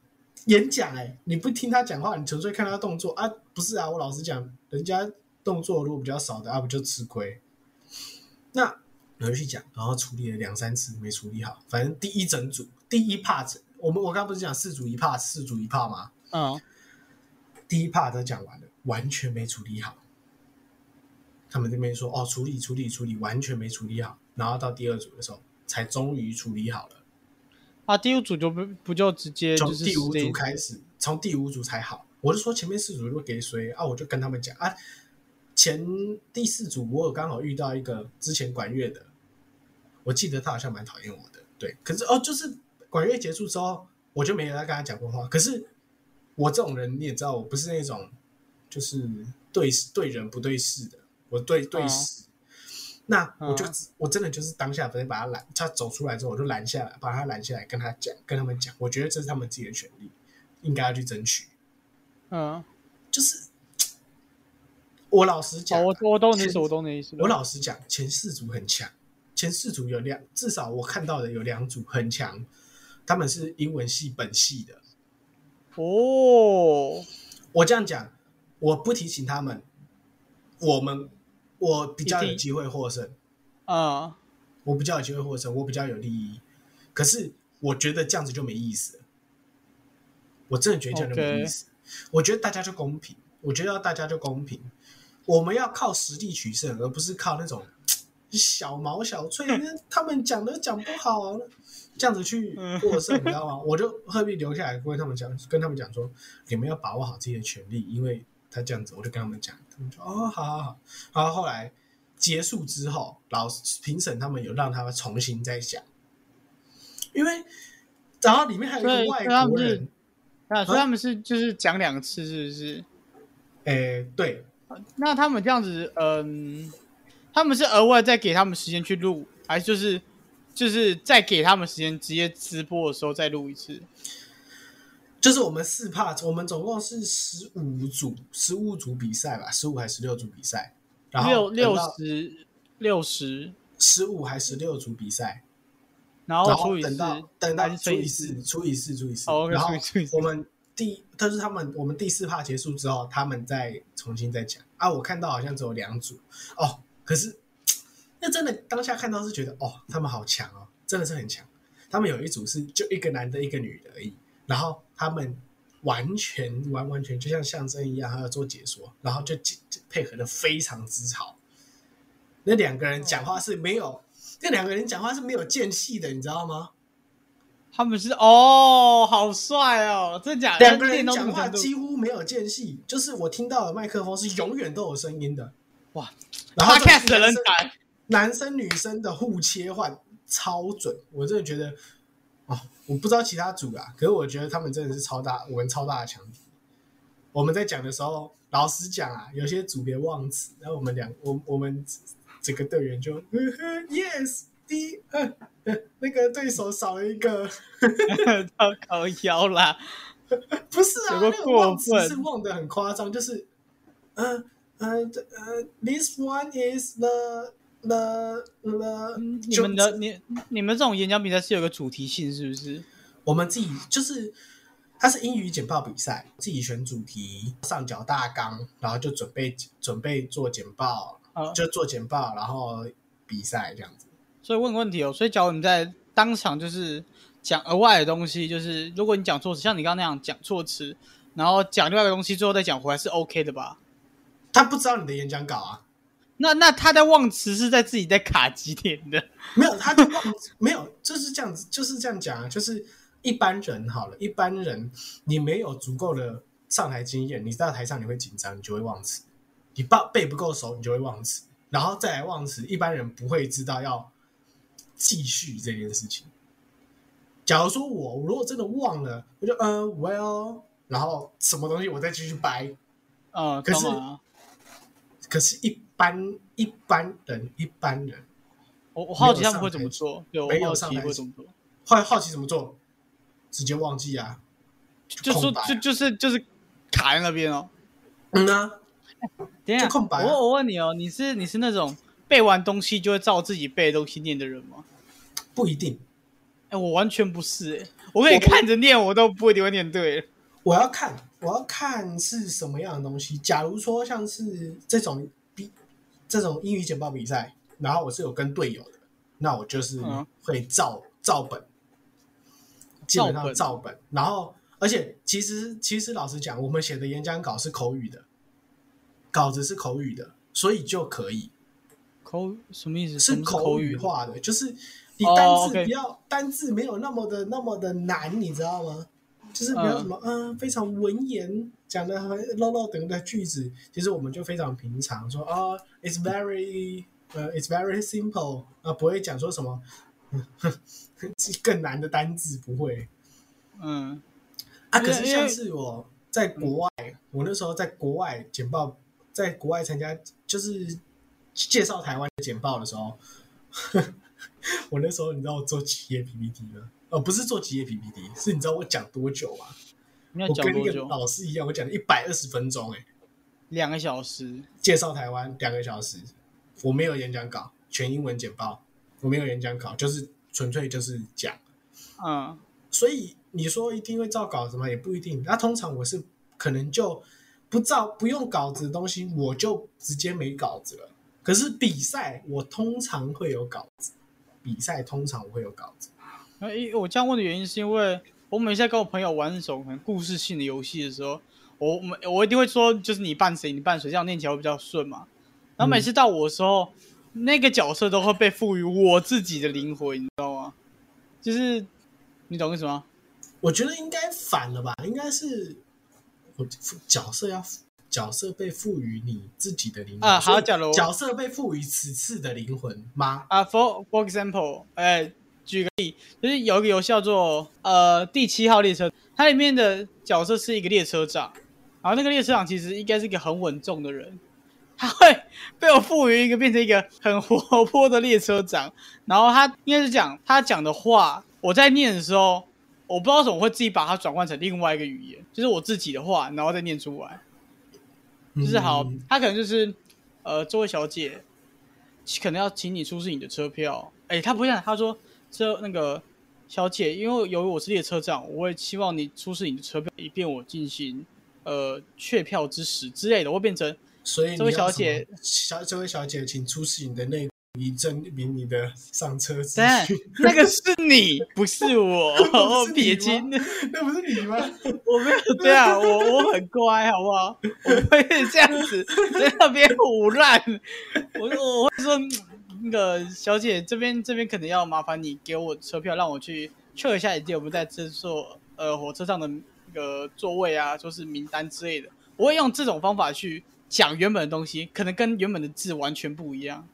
S1: 演讲哎、你不听他讲话，你纯粹看他动作啊？不是啊，我老实讲，人家动作如果比较少的啊，不就吃亏？那我就去讲，然后处理了两三次没处理好，反正第一整组第一 part，我们我刚刚不是讲四组一 part，四组一 part 吗？
S2: 嗯，
S1: 第一 part 都讲完了，完全没处理好。他们这边说哦，处理处理处理，完全没处理好。然后到第二组的时候，才终于处理好了。
S2: 啊，第五组就不不就直接
S1: 从
S2: 就是
S1: 第五组
S2: stay-
S1: 开始，从第五组才好。我就说前面四组就给谁啊，我就跟他们讲啊，前第四组我有刚好遇到一个之前管乐的，我记得他好像蛮讨厌我的，对，可是哦，就是管乐结束之后，我就没有再跟他讲过话。可是我这种人你也知道，我不是那种就是对事对人不对事的，我对对
S2: 嗯
S1: 事。那我就
S2: 嗯
S1: 只我真的就是当下，反正把他拦，他走出来之后，我就拦下来，把他拦下来，跟他讲，跟他们讲，我觉得这是他们自己的权利，应该要去争取。
S2: 嗯，
S1: 就是我老实讲
S2: 哦，
S1: 啊，
S2: 我我懂你的意思，我懂你的意思。
S1: 我老实讲，前四组很强，前四组有两，至少我看到的有两组很强，他们是英文系本系的。
S2: 哦，
S1: 我这样讲，我不提醒他们，我们我比较有机会获胜，
S2: 嗯，
S1: 我比较有机会获胜，我比较有利益。可是我觉得这样子就没意思了，我真的觉得这样就没
S2: OK
S1: 意思。我觉得大家就公平，我觉得要大家就公平，我们要靠实力取胜，而不是靠那种小毛小脆，那他们讲都讲不好、啊这样子去获胜，你知道吗？我就何必留下来跟他们讲，跟他们讲说，你们要把握好自己的权利，因为他这样子，我就跟他们讲，他们说哦，好好好。然后后来结束之后，老师评审他们有让他们重新再讲，因为然后里面还有一
S2: 所
S1: 个
S2: 以所以
S1: 外
S2: 他
S1: 国
S2: 们是
S1: 人，
S2: 那
S1: 啊
S2: 所以他们是就是讲两次，是不是？
S1: 诶、哎对，
S2: 那他们这样子，嗯，他们是额外再给他们时间去录，还是就是就是再给他们时间直接直播的时候再录一次？
S1: 就是我们四 part，我们总共是十五组，十五组比赛吧，十五还是十六组比赛，然
S2: 六
S1: 后
S2: 六十六十，
S1: 十五还十六组比赛，
S2: 然
S1: 然
S2: 后除
S1: 后
S2: 以
S1: 等
S2: 四
S1: 到，等
S2: 还
S1: 到
S2: 是
S1: 除
S2: 乘以
S1: 以四，除以四，除以四，
S2: 哦，OK，
S1: 然后
S2: 除以除以四
S1: 我们第，但是他们我们第四趴结束之后，他们再重新再讲啊。我看到好像只有两组哦，可是那真的当下看到是觉得哦，他们好强哦，真的是很强。他们有一组是就一个男的，一个女的而已，然后他们完全完完全就像象征一样，还要做解说，然后就就就配合的非常之好。那两个人讲话是没有，那两个人讲话是没有间隙的，你知道吗？
S2: 他们是哦，好帅哦，真假的？
S1: 两个人
S2: 练到这
S1: 讲
S2: 种
S1: 话
S2: 程度
S1: 几乎没有间隙，就是我听到的麦克风是永远都有声音的。
S2: 哇
S1: 然后这
S2: ，Podcast 的
S1: 男
S2: 人
S1: 生
S2: 才，
S1: 男生女生的互切换超准，我真的觉得，哦，我不知道其他组啊，可是我觉得他们真的是超大，我们超大的强敌。我们在讲的时候，老实讲啊，有些组别忘词，然后我们两，我我们整个队员就 呵呵，yes，第一，呃呃那个对手少了一个，
S2: 超搞笑啦！
S1: 不是啊，
S2: 有
S1: 那
S2: 个
S1: 个
S2: 过
S1: 忘词
S2: 分
S1: 是忘的很夸张，就是，呃呃呃，this one is the the the，
S2: 嗯你
S1: 就
S2: 们的你你们这种演讲比赛是有个主题性，是不是？
S1: 我们自己就是，它是英语简报比赛，自己选主题，上缴大纲，然后就准备准备做简报，
S2: 啊，
S1: 就做简报，然后比赛这样子。
S2: 所以问个问题哦，所以假如你在当场就是讲额外的东西，就是如果你讲错词，像你刚刚那样讲错词，然后讲另外一个东西，最后再讲回来是 OK 的吧？
S1: 他不知道你的演讲稿啊，
S2: 那那他在忘词是在自己在卡几点的？
S1: 没有，他就忘，没有，就是这样子，就是这样讲啊，就是一般人好了，一般人你没有足够的上台经验，你到台上你会紧张，你就会忘词，你背背不够熟，你就会忘词，然后再来忘词，一般人不会知道要继续这件事情。假如说我我如果真的忘了，我就嗯、呃 well，然后什么东西我再继续掰，
S2: 嗯，
S1: 可是
S2: 懂啊。
S1: 可是一般一般人一般人
S2: 我我好奇他们会怎么做，对，
S1: 没
S2: 我
S1: 有
S2: 好
S1: 上
S2: 奇
S1: 台
S2: 会怎么做，
S1: 好好奇怎么做，直接忘记啊。
S2: 就说
S1: 空白啊
S2: 就就是就是卡在那边哦。
S1: 嗯啊，
S2: 等一下
S1: 就，空白啊
S2: 我我问你哦，你是你是那种背完东西就会照自己背的东西念的人吗？
S1: 不一定。
S2: 哎、我完全不是哎、我可以看着念，我都不一定会念对。
S1: 我要看，我要看是什么样的东西。假如说像是这种比这种英语简报比赛，然后我是有跟队友的，那我就是
S2: 嗯
S1: 会照照本，基本上照本。然后，而且其实其实老实讲，我们写的演讲稿是口语的，稿子是口语的，所以就可以。
S2: 口什么意思？什
S1: 是
S2: 么
S1: 口
S2: 语
S1: 语化的，就是你
S2: 哦
S1: 单字
S2: OK
S1: 不要、单字没有那么的那么的难，你知道吗？就是不要什么嗯、呃非常文言讲的很唠唠等的句子，其实我们就非常平常说啊、i t s very 呃、i t s very simple 啊、不会讲说什么 嗯哼更难的单字不会
S2: 嗯，
S1: 啊。
S2: 因
S1: 可
S2: 为嗯
S1: 是
S2: 因
S1: 像
S2: 为
S1: 是我在国外，我那时候在国外简报，在国外参加就是介绍台湾的简报的时候， 我那时候你知道我做几页 PPT 吗？哦，不是做几页 PPT，是你知道我讲多久吗？
S2: 你要
S1: 我
S2: 讲啊
S1: 跟那
S2: 多
S1: 个
S2: 久？
S1: 老师一样，我讲了一百二十分钟，哎，
S2: 两个小时。
S1: 介绍台湾两个小时，我没有演讲稿，全英文简报，我没有演讲稿，就是纯粹就是讲。
S2: 嗯，
S1: 所以你说一定会照稿子吗？也不一定。那通常我是可能就不照不用稿子的东西，我就直接没稿子了。可是比赛我通常会有稿子，比赛通常我会有稿子。
S2: 那因为我这样问的原因是因为我每次在跟我朋友玩那种很故事性的游戏的时候，我我们我一定会说，就是你扮谁，你扮谁，这样念起来会比较顺嘛。然后每次到我的时候，那个角色都会被赋予我自己的灵魂，你知道吗？就是你懂为什么？
S1: 我觉得应该反了吧，应该是我角色要角色被赋予你自己的灵魂
S2: 啊好
S1: 所以
S2: 假如
S1: 角色被赋予此次的灵魂吗？
S2: 啊、f o r for example，哎、举个例，就是有一个游戏叫做呃第七号列车，它里面的角色是一个列车长，然后那个列车长其实应该是一个很稳重的人，他会被我赋予一个变成一个很活泼的列车长，然后他应该是讲他讲的话，我在念的时候，我不知道怎么会自己把它转换成另外一个语言，就是我自己的话，然后再念出来。就是好
S1: 嗯，
S2: 他可能就是呃，这位小姐，可能要请你出示你的车票。哎，他不像他说这那个小姐，因为由于我是列车长，我会希望你出示你的车票，以便我进行呃确票之时之类的，会变成
S1: 所以你
S2: 这位
S1: 要什
S2: 小
S1: 么
S2: 姐，
S1: 小这位小姐，请出示你的内裤，以证明你的上车资
S2: 但
S1: 讯。
S2: 那个是你，不是我，
S1: 不
S2: 我
S1: 是你吗
S2: 别 金，
S1: 那不是你吗？
S2: 我没有对啊，我我很乖，好不好？我不会这样子在那边胡乱，我我会说嗯那个小姐这边这边可能要麻烦你给我车票，让我去 check 一下你有没有在这座呃火车上的那个座位啊，就是名单之类的。我会用这种方法去讲原本的东西，可能跟原本的字完全不一样。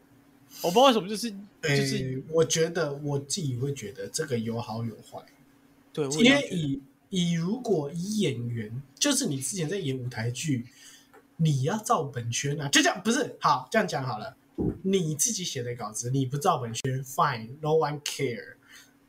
S2: 我不知道为什么，就是
S1: 哎、
S2: 就是
S1: 我觉得我自己会觉得这个有好有坏，
S2: 对，我也
S1: 因
S2: 这样
S1: 为
S2: 觉得
S1: 以以如果以演员，就是你之前在演舞台剧，你要照本宣啊，就这样不是好这样讲好了，你自己写的稿子你不照本宣，fine，no one care。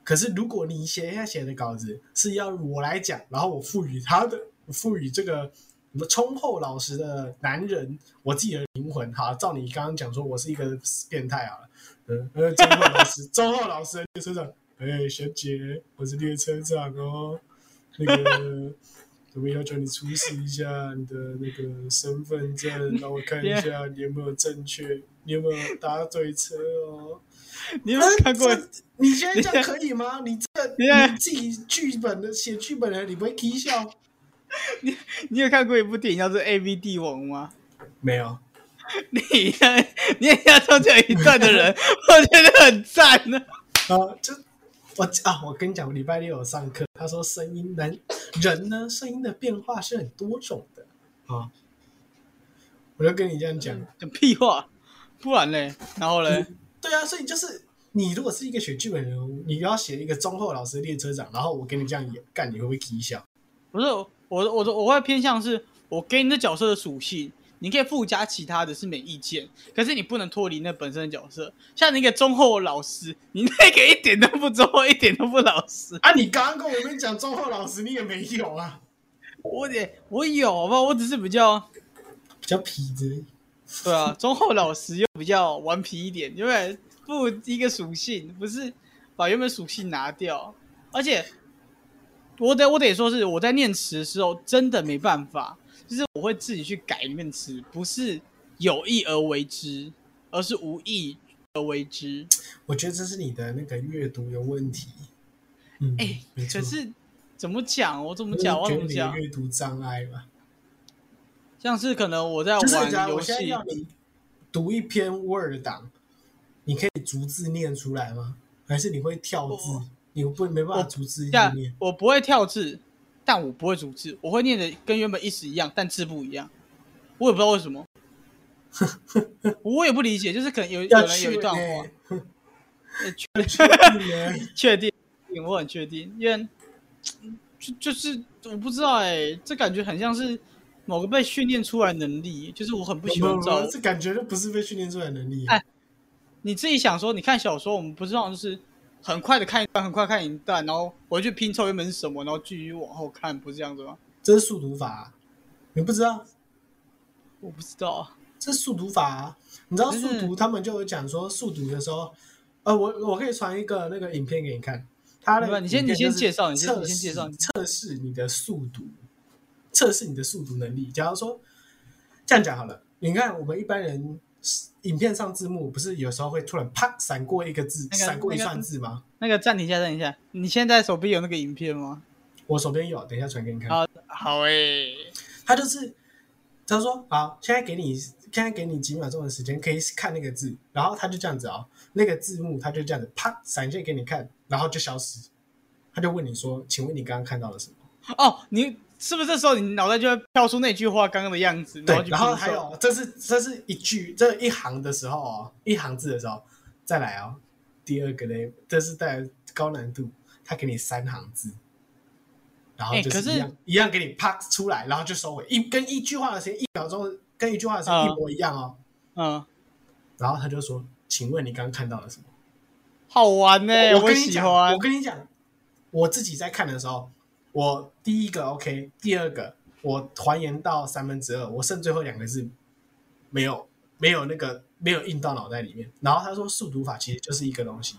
S1: 可是如果你写要写的稿子是要我来讲，然后我赋予他的，我赋予这个什么忠厚老实的男人我自己的灵魂，好，照你刚刚讲说我是一个变态好了，嗯呃，忠厚老实，忠厚老实的列车长，哎、小姐，我是列车长哦，那个我们要求你出示一下你的那个身份证，让我看一下你有没有正确，你有没有搭对车 哦。
S2: 你有没有看过？
S1: 你现在这样可以吗？ 你这
S2: 你看
S1: 你自己剧本的写剧本的，你不会 k 笑？
S2: 你有看过一部电影叫做《A V 帝王》吗？
S1: 没有，
S2: 你你也要中间有一段的 人，我觉得很赞呢。
S1: 啊，就我啊，我跟你讲，我礼拜六有上课，他说声音人人呢，声音的变化是很多种的啊。我就跟你这样讲，
S2: 讲屁话，不然嘞，然后嘞，
S1: 对啊，所以就是你如果是一个写剧本的人物，你要写一个忠厚老实的列车长，然后我给你这样演，干你会不会 k 笑？
S2: 不是我我我我会偏向是我给你的角色的属性，你可以附加其他的是没意见，可是你不能脱离那本身的角色。像你一个忠厚老师，你那个一点都不忠厚，一点都不老实。
S1: 啊，你刚刚跟我们讲忠厚老实，你也没有啊，
S2: 我也我有好不好？我只是比较
S1: 比较痞子。
S2: 对啊，忠厚老实又比较顽皮一点，因为不一个属性，不是把原本属性拿掉。而且我得我得说是我在念词的时候真的没办法，就是我会自己去改里面词，不是有意而为之，而是无意而为之。
S1: 我觉得这是你的那个阅读有问题。嗯，
S2: 哎
S1: 没
S2: 可
S1: 错，
S2: 是怎么讲？我怎么
S1: 我
S2: 讲？我
S1: 觉得
S2: 怎么
S1: 你的
S2: 讲？
S1: 阅读障碍吧。
S2: 像是可能我在
S1: 就是
S2: 玩
S1: 假如
S2: 游
S1: 我现在
S2: 戏，
S1: 要你读一篇 Word 档，你可以逐字念出来吗？还是你会跳字
S2: 我？
S1: 你不没办法
S2: 我
S1: 逐字
S2: 这样
S1: 念。
S2: 我不会跳字，但我不会组字，我会念的跟原本意思一样，但字不一样。我也不知道为什 么，我也不理解，就是可能有有
S1: 要
S2: 人有一段话，呃确
S1: 话，
S2: 确定，我很确定，因为就就是我不知道哎、这感觉很像是某个被训练出来的能力，就是我很不喜欢照
S1: 这感觉就不是被训练出来的能力。
S2: 哎你自己想说，你看小说，我们不是那种就是很快的看一段，很快看一段，然后回去拼凑原本是什么，然后继续往后看，不是这样子吗？
S1: 这是速读法啊，你不知道？
S2: 我不知道啊。
S1: 这是速读法啊。你知道速
S2: 就
S1: 读他们就有讲说速读的时候，呃，我我可以传一个那个影片给你看。他的
S2: 没办法你先
S1: 影片
S2: 你先
S1: 就是
S2: 介绍你先
S1: 测
S2: 你先介
S1: 试
S2: 绍
S1: 测试你的速读，测试你的速读能力。假如说这样讲好了，你看我们一般人影片上字幕不是有时候会突然啪闪过一个字，
S2: 那个
S1: 闪过一
S2: 那个
S1: 串字吗？
S2: 那个暂停一下，暂停一下，你现在手边有那个影片吗？
S1: 我手边有，等一下传给你看。
S2: 好，好诶、
S1: 他就是他说好，现在给你现在给你几秒钟的时间，可以看那个字，然后他就这样子哦，那个字幕他就这样子啪闪现给你看，然后就消失。他就问你说：“请问你刚刚看到了什么
S2: 哦，你是不是这时候你脑袋就会飘出那句话刚刚的样子？”？
S1: 对
S2: 后，去
S1: 然后
S2: 拼
S1: 还
S2: 凑，
S1: 有，这是这是一句这一行的时候哦，一行字的时候，再来哦，第二个 level，这是在高难度，他给你三行字，然后
S2: 哎
S1: 就
S2: 可是
S1: 一样、一样给你啪出来，然后就收尾，一跟一句话的时间一秒钟跟一句话的时间
S2: 嗯
S1: 一模一样哦。
S2: 嗯，
S1: 然后他就说：“请问你刚刚看到了什么？”
S2: 好玩呢、欸
S1: 我跟你
S2: 喜
S1: 讲，
S2: 欢
S1: 我。跟你讲，我自己在看的时候，我第一个 OK，第二个我还原到三分之二，我剩最后两个字没有没有那个没有印到脑袋里面。然后他说速读法其实就是一个东西，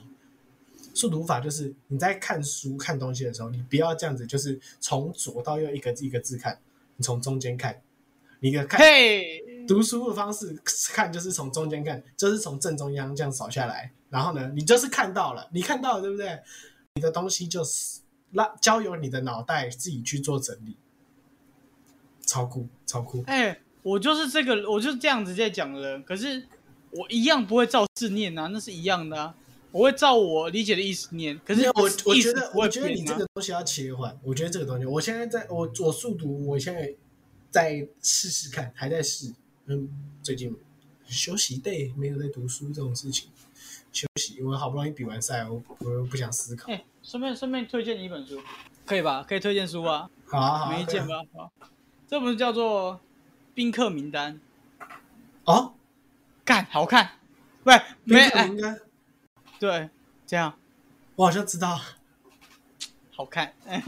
S1: 速读法就是你在看书看东西的时候，你不要这样子，就是从左到右一个一个字看，你从中间看，你的看
S2: 嘿，
S1: 读书的方式看就是从中间看，就是从正中央这样扫下来，然后呢，你就是看到了，你看到了，对不对？你的东西就是让交由你的脑袋自己去做整理，超酷，超酷。
S2: 哎、我就是这个，我就是这样子在讲的人。可是我一样不会照字念啊，那是一样的啊。我会照我理解的意思念，可
S1: 可
S2: 是
S1: 我我
S2: 意
S1: 觉
S2: 思
S1: 得，
S2: 不会
S1: 我觉得
S2: 变
S1: 你这
S2: 啊
S1: 个东西要切换。我觉得这个东西，我现在在我我速读，我现在在试试看，还在试。嗯，最近休息 day 没有在读书这种事情，休息。我好不容易比完赛，我我又不想思考
S2: 哎、。顺便顺便推荐你一本书，可以吧？可以推荐书吧？
S1: 好啊，好啊，
S2: 没意
S1: 可以啊
S2: 见吧？好，这本书叫做《宾客名单》，
S1: 哦，
S2: 干好看，喂，没
S1: 冰
S2: 哎、
S1: 淇淋应该，
S2: 对，这样
S1: 我好像知道，
S2: 好看， 哎、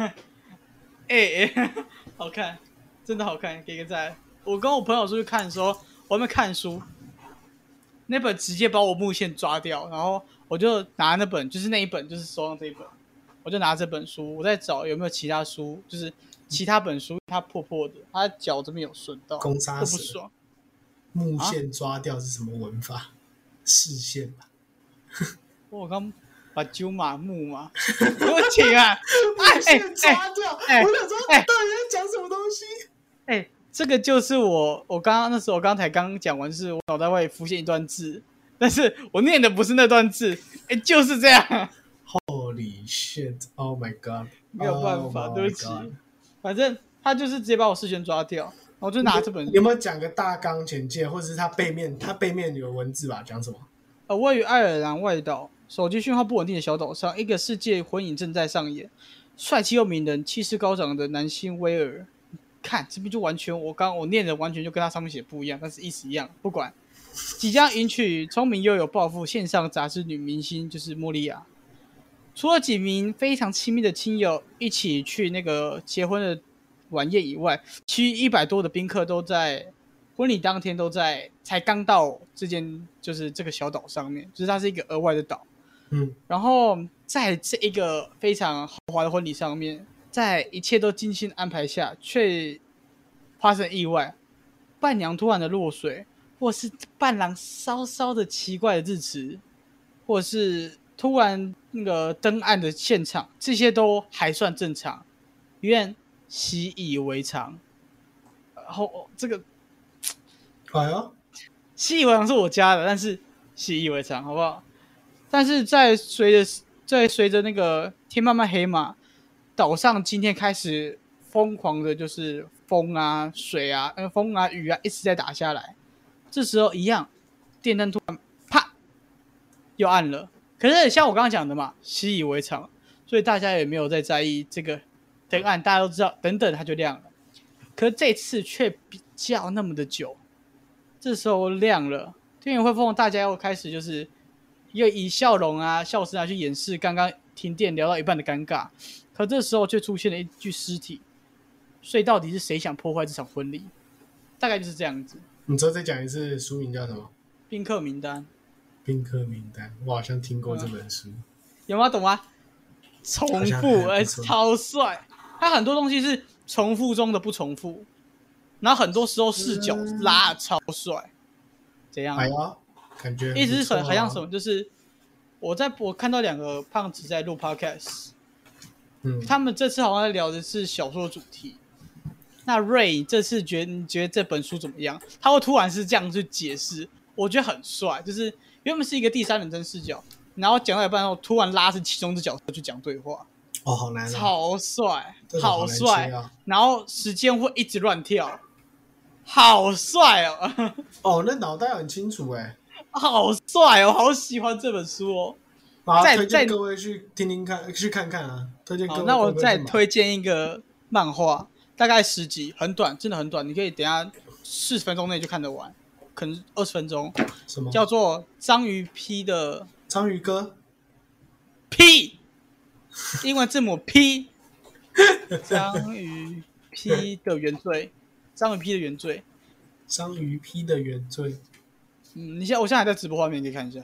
S2: 哎 好看，真的好看，给个赞。我跟我朋友出去看的时候，我还没看书，那本直接把我目线抓掉，然后我就拿那本，就是那一本，就是手上这一本，我就拿这本书，我在找有没有其他书，就是其他本书它破破的，它脚这边有顺到，
S1: 攻
S2: 我
S1: 杀
S2: 不
S1: 蛇，
S2: 爽。
S1: 目线抓掉是什么文法？视线吧。
S2: 我刚把揪麻木嘛，我请啊！哎
S1: 目线抓掉，
S2: 哎哎
S1: 我想说
S2: 哎
S1: 到底在讲什么东西？
S2: 哎、这个就是我，我刚刚那时候我刚才刚讲完，是我脑袋会浮现一段字，但是我念的不是那段字，哎、就是这样，
S1: Holy shit！Oh，Oh my god！
S2: 没有办法
S1: Oh my
S2: 对不起
S1: God
S2: 反正他就是直接把我视线抓掉，然后就拿这本
S1: 有没有讲个大纲简介，或者是它背面，它背面有文字吧？讲什么？
S2: 呃，位于爱尔兰外岛、手机讯号不稳定的小岛上，一个世界婚影正在上演。帅气又迷人、气势高涨的南星威尔，看这边就完全我刚我念的完全就跟他上面写不一样，但是意思一样。不管，即将迎娶聪明又有抱负线上杂志女明星就是莫莉亚，除了几名非常亲密的亲友一起去那个结婚的晚宴以外，其余一百多的宾客都在婚礼当天都在，才刚到这间就是这个小岛上面，就是它是一个额外的岛。
S1: 嗯，
S2: 然后在这一个非常豪华的婚礼上面，在一切都精心安排下，却发生意外，伴娘突然的落水，或是伴郎稍稍的奇怪的致辞，或是突然那个登岸的现场，这些都还算正常，愿习以为常。然后这个
S1: 哎呦，
S2: 习以为常是我家的，但是习以为常，好不好？但是在随着在随着那个天慢慢黑嘛，岛上今天开始疯狂的，就是风啊、水啊、呃风啊、雨啊一直在打下来。这时候一样，电灯突然啪又暗了。可是像我刚刚讲的嘛，习以为常，所以大家也没有再在意这个灯暗，大家都知道，等等它就亮了。可是这次却比较那么的久，这时候亮了，天眼会凤大家又开始就是又以笑容啊、笑声啊去掩饰刚刚停电聊到一半的尴尬。可这时候却出现了一具尸体，所以到底是谁想破坏这场婚礼？大概就是这样子。
S1: 你之后再讲一次，书名叫什么？
S2: 宾客名单
S1: 宾客名单，我好像听过这本书。
S2: 有吗？懂吗？重
S1: 好像
S2: 复，
S1: 还
S2: 哎、
S1: 不错
S2: 超帅！他很多东西是重复中的不重复，然后很多时候视角
S1: 嗯
S2: 拉得超帅，怎样？
S1: 哎呦，感觉
S2: 意思啊
S1: 很不
S2: 是很
S1: 错啊
S2: 好像什么，？就是我在我看到两个胖子在录 podcast，
S1: 嗯，
S2: 他们这次好像在聊的是小说主题。那瑞这次觉你觉得这本书怎么样？他会突然是这样去解释，我觉得很帅，就是原本是一个第三人称视角，然后讲到一半后突然拉是其中一只角色去讲对话，
S1: 哦，好难啊，
S2: 超帅
S1: 这，种
S2: 好
S1: 难
S2: 帅
S1: 切，啊！
S2: 然后时间会一直乱跳，好帅哦，
S1: 哦，那脑袋很清楚哎、
S2: 好帅哦，好喜欢这本书哦。
S1: 好，
S2: 再
S1: 推
S2: 再
S1: 荐各位去听听看，去看看啊，推 荐各
S2: 好
S1: 位。，
S2: 那我
S1: 各位
S2: 再
S1: 去买
S2: 推荐一个漫画，大概十集，很短，真的很短，你可以等一下四十分钟内就看得完，可能二十分钟，
S1: 什么？
S2: 叫做《章鱼 P 的
S1: 章鱼哥，
S2: P》，英文字 母 P，章鱼 P 的原罪，章鱼 P 的原罪。
S1: 章鱼 P 的原罪。
S2: 嗯，你现在我现在还在直播画面，你可以看一下《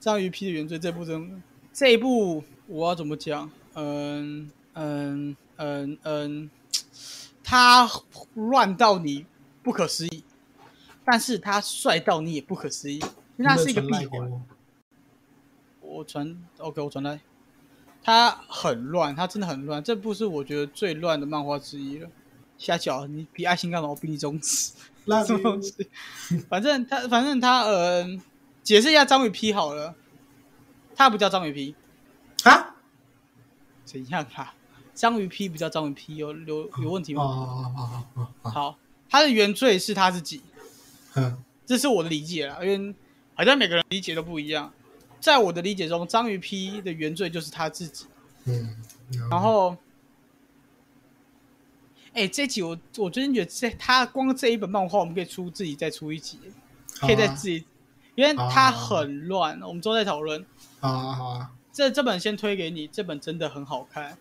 S2: 章鱼 P 的原罪》这部真这一部我要怎么讲？嗯嗯嗯嗯，他乱到你不可思议，但是他帅到你也不可思议，因为他是一个
S1: 你
S2: 闭
S1: 能不能传赖给
S2: 环。
S1: 我
S2: 我传 OK，我传来，他很乱，他真的很乱，这部是我觉得最乱的漫画之一了。瞎搅，你比爱心干嘛？我比你中指。
S1: 那
S2: 什么东西？ 反正他，反正他，呃，解释一下章鱼 P 好了，他不叫章鱼 P，
S1: 啊？
S2: 怎样啊？章鱼 P 不叫章鱼 P，有有有问题
S1: 哦
S2: 吗？
S1: 哦哦哦哦哦，
S2: 好，他的原罪是他自己，
S1: 嗯，
S2: 这是我的理解啦，因为好像每个人理解都不一样。在我的理解中，章鱼 P 的原罪就是他自己。
S1: 嗯，
S2: 然后，哎、这集我我真的觉得这他光这一本漫画，我们可以出自己再出一集。
S1: 好啊
S2: 可以再自己，因为它很乱，我们之后再讨论。
S1: 好啊好啊，
S2: 这这本先推给你，这本真的很好看。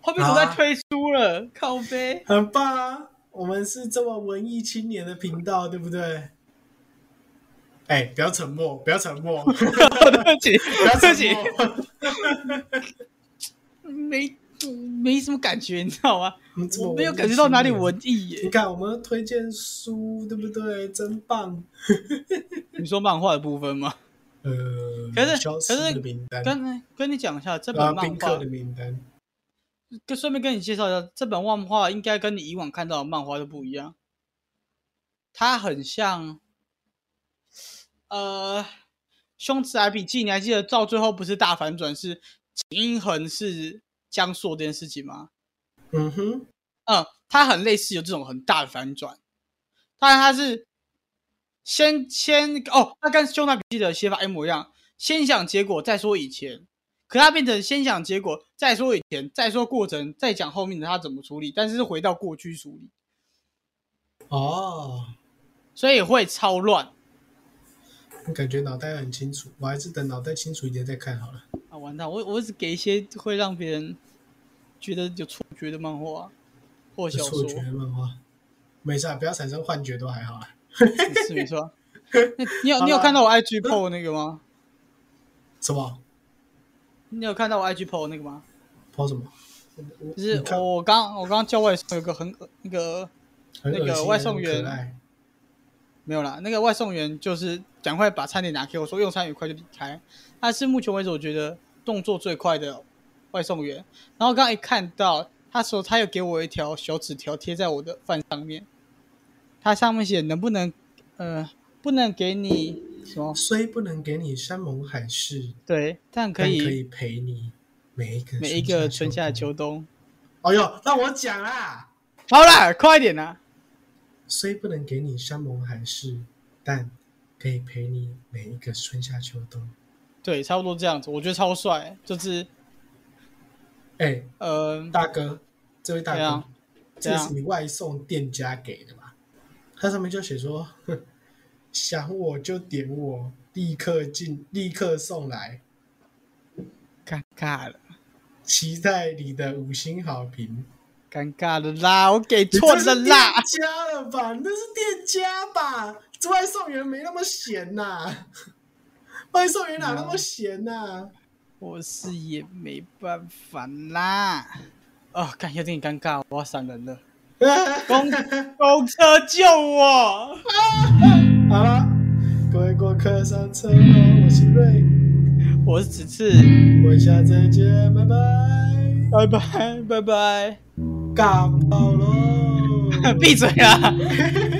S2: 后面我
S1: 啊
S2: 在推书了，靠 背。
S1: 很棒啊！我们是这么文艺青年的频道，对不对？哎，不要沉默，不要沉默，不
S2: 对不起，
S1: 要
S2: 对不
S1: 沉
S2: 起，
S1: 默。
S2: 没没什么感觉，你知道吗？
S1: 我们这么
S2: 我
S1: 文艺
S2: 没有感觉到哪里
S1: 青年
S2: 文艺
S1: 你
S2: 耶。
S1: 看，我们推荐书，对不对？真棒。
S2: 你说漫画的部分吗？
S1: 呃，
S2: 可是
S1: 消失的名单，
S2: 跟跟你讲一下这
S1: 啊，
S2: 本漫
S1: 宾客
S2: 画
S1: 的，名单。
S2: 跟顺便跟你介绍一下，这本漫画应该跟你以往看到的漫画都不一样，它很像，呃，凶宅笔记，你还记得到最后不是大反转是秦恒是江硕这件事情吗？
S1: 嗯哼，
S2: 嗯，它很类似有这种很大的反转，当然它是先先哦，那跟凶宅笔记的写法一模一样，先想结果再说以前，可它变成先想结果再说以前，再说过程，再讲后面的他怎么处理，但是是回到过去处理，
S1: 哦，
S2: 所以会超乱
S1: 我感觉脑袋很清楚，我还是等脑袋清楚一点再看好了。
S2: 啊！完蛋，我我只给一些会让别人觉得有错觉的漫画或小
S1: 错
S2: 说，
S1: 觉漫画，没事啊，不要产生幻觉都还好啊啦。
S2: 是 没错啊。那你有你
S1: 好
S2: 有
S1: 啦
S2: 看到我 IG PO 那个吗？
S1: 什么？
S2: 你有看到我 IG PO 那个吗？
S1: 抛什么？
S2: 就是
S1: 你看
S2: 我刚我刚刚叫外送，有个很恶那个
S1: 很
S2: 那个
S1: 恶心啊
S2: 外送
S1: 很
S2: 员
S1: 可爱
S2: 没有啦，那个外送员就是赶快把餐点拿给我，说用餐愉快就离开。他是目前为止我觉得动作最快的外送员。然后刚刚一看到他说他有给我一条小纸条贴在我的饭上面，它上面写能不能呃不能给你什么
S1: 虽不能给你山盟海誓，
S2: 对，但可
S1: 但可
S2: 以
S1: 以陪你每一个
S2: 每一个春
S1: 春
S2: 夏
S1: 夏秋冬。
S2: 秋冬。
S1: 哎呦，让我讲啊啦！
S2: 好啦，快点啊啦！
S1: 虽不能给你山盟海誓，但可以陪你每一个春夏秋冬。
S2: 对，差不多这样子，我觉得超帅，就是
S1: 哎、
S2: 呃
S1: 大哥，这位大
S2: 怎
S1: 哥
S2: 样，
S1: 这个
S2: 怎样
S1: 是你外送店家给的吧？它上面就写说，哼想我就点我，立刻进，立刻送来，
S2: 尴尬了。
S1: 期待你的五星好评。
S2: 尴尬了啦，我给错了啦
S1: 你这，是店家了吧？你那是店家吧？这外送员没那么闲呐、 外送员哪那么闲呐、
S2: 我是也没办法啦。哦，感有点尴尬，我要闪人了。公公车救我！
S1: 好了，各位过客上车喽，我是瑞，
S2: 我是此次，
S1: 我们下次再见，拜拜，
S2: 拜拜拜拜，
S1: 感冒喽
S2: 啊，闭嘴啦！